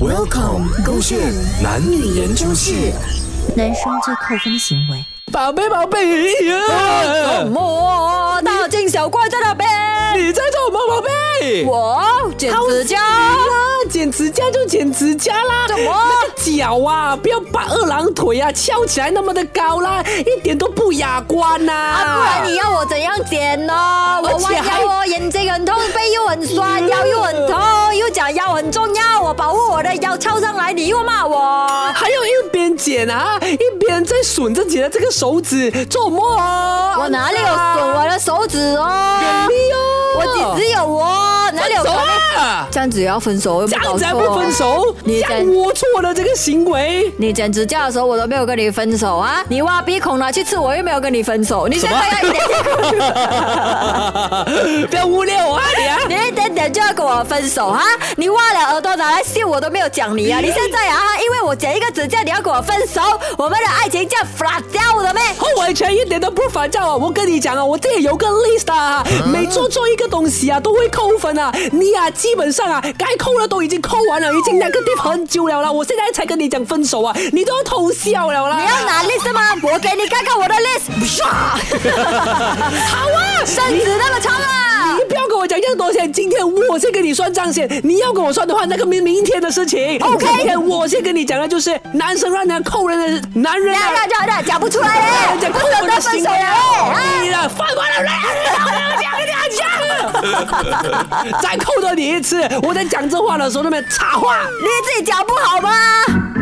Welcome，勾线男女研究室。男生最扣分的行为，宝贝宝贝，什么？大惊小怪在那边，你在做什么宝贝？我剪指甲，啦，剪指甲就剪指甲啦，怎么那个脚啊，不要把二郎腿啊翘起来那么的高啦，一点都不雅观呐、啊，不然你要我怎样剪呢？我而且弯还腰哦，眼睛很痛，背又很酸，腰又很痛，又讲腰很重要，我保护我的腰翘上来，你又骂我。还有一边剪啊，一边在损自己的这个手指，做么啊？我哪里有损我的手指哦眼？力哦？我几只有哦，哪里有手损？啊？这样子也要分手，又这不样搞子错还哦不分手，这你样在龌龊的这个行为。你剪指甲的时候，我都没有跟你分手啊！你挖鼻孔拿去吃，我又没有跟你分手。你现在要一点，不要污蔑我啊你啊！你一点点就要跟我分手啊！你挖了耳朵拿来秀，我都没有讲你啊！你现在啊，因为我剪一个指甲，你要跟我分手，我们的爱情这样 flat 掉了呗？后完全一点都不反照啊！我跟你讲啊，我这里有个 list 啊，嗯每做错一个东西啊，都会扣分啊。你啊，基本上啊，该扣的都已经扣完了，已经那个地方很久了啦。我现在才跟你讲分手啊，你都要偷笑了啦。你要拿 list 吗？我给你看看我的 list，唰，好啊，身子那么长啊！你不要跟我讲这么多钱，今天我先跟你算账先。你要跟我算的话，那个明明天的事情。 OK 今天我先跟你讲的就是，男生让人家扣人的男人呀啊呀，呀呀，讲不出来让人嘞，家不扣是分的得分行手为了嘞！啊啊！你了，犯完 了嘞！再扣多你一次，我在讲这话的时候那边插话。你自己讲不好吗？